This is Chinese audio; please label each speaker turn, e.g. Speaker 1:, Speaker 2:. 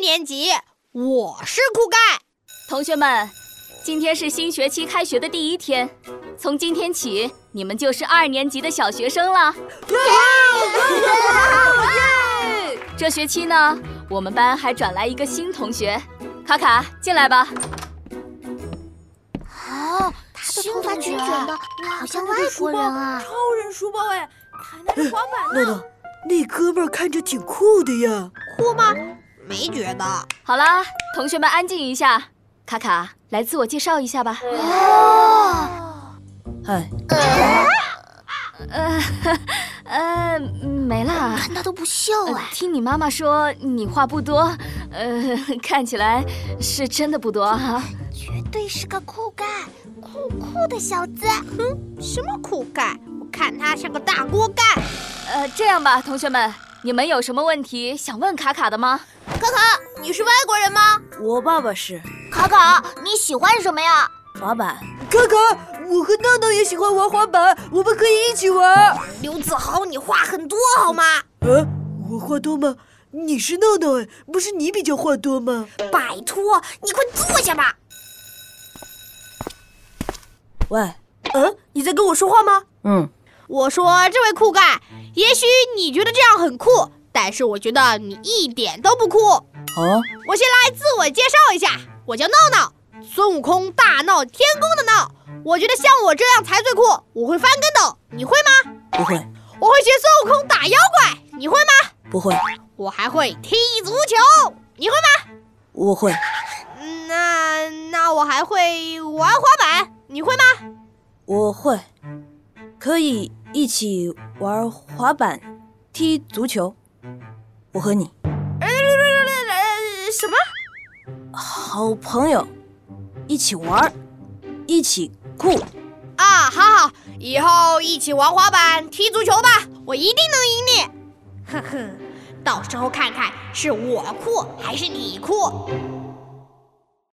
Speaker 1: 年级，我是酷盖。
Speaker 2: 同学们，今天是新学期开学的第一天，从今天起，你们就是二年级的小学生了。这学期呢，我们班还转来一个新同学，卡卡，进来吧。
Speaker 3: 哦，他的头发卷卷的，好像外国人啊！
Speaker 4: 超人书包哎，还能滑板
Speaker 5: 闹闹，那哥们儿看着挺酷的呀。
Speaker 1: 酷吗？没觉得。
Speaker 2: 好啦，同学们安静一下，卡卡来自我介绍一下吧。
Speaker 3: 哦，
Speaker 5: 哎，
Speaker 2: 呃，呃，没啦。
Speaker 3: 看他都不笑
Speaker 2: 呃
Speaker 3: 哎。
Speaker 2: 听你妈妈说你话不多，呃， 看起来是真的不多
Speaker 1: 哎
Speaker 2: 啊。
Speaker 3: 绝对是个酷盖，酷酷的小子。
Speaker 1: 什么酷盖？我看他像个大锅盖。
Speaker 2: 呃，这样吧，同学们，你们有什么问题想问卡卡的吗？
Speaker 1: 你是外国人吗？
Speaker 4: 我爸爸是
Speaker 3: 卡卡，你喜欢什么呀？
Speaker 4: 滑板，
Speaker 5: 卡卡，我和闹闹也喜欢玩滑板，我们可以一起玩。
Speaker 1: 刘子豪，你话很多好吗？
Speaker 5: 啊，我话多吗？你是闹闹哎，不是你比较话多吗？
Speaker 1: 拜托，你快坐下吧。
Speaker 5: 喂，
Speaker 1: 嗯，你在跟我说话吗？
Speaker 5: 嗯，
Speaker 1: 我说，这位酷盖，也许你觉得这样很酷，但是我觉得你一点都不酷。
Speaker 5: 哦，
Speaker 1: 我先来自我介绍一下，我叫闹闹，孙悟空大闹天宫的闹。我觉得像我这样才最酷，我会翻跟斗，你会吗？
Speaker 5: 不会，
Speaker 1: 我会学孙悟空打妖怪，你会吗？
Speaker 5: 不会，
Speaker 1: 我还会踢足球，你会吗？
Speaker 5: 我会，
Speaker 1: 嗯那那我还会玩滑板，你会吗？
Speaker 5: 我会，可以一起玩滑板、踢足球。我和你
Speaker 1: 呃，什么？
Speaker 5: 好朋友一起玩，一起酷。
Speaker 1: 啊，好好，以后一起玩滑板、踢足球吧，我一定能赢你。哼哼，到时候看看是我酷还是你酷。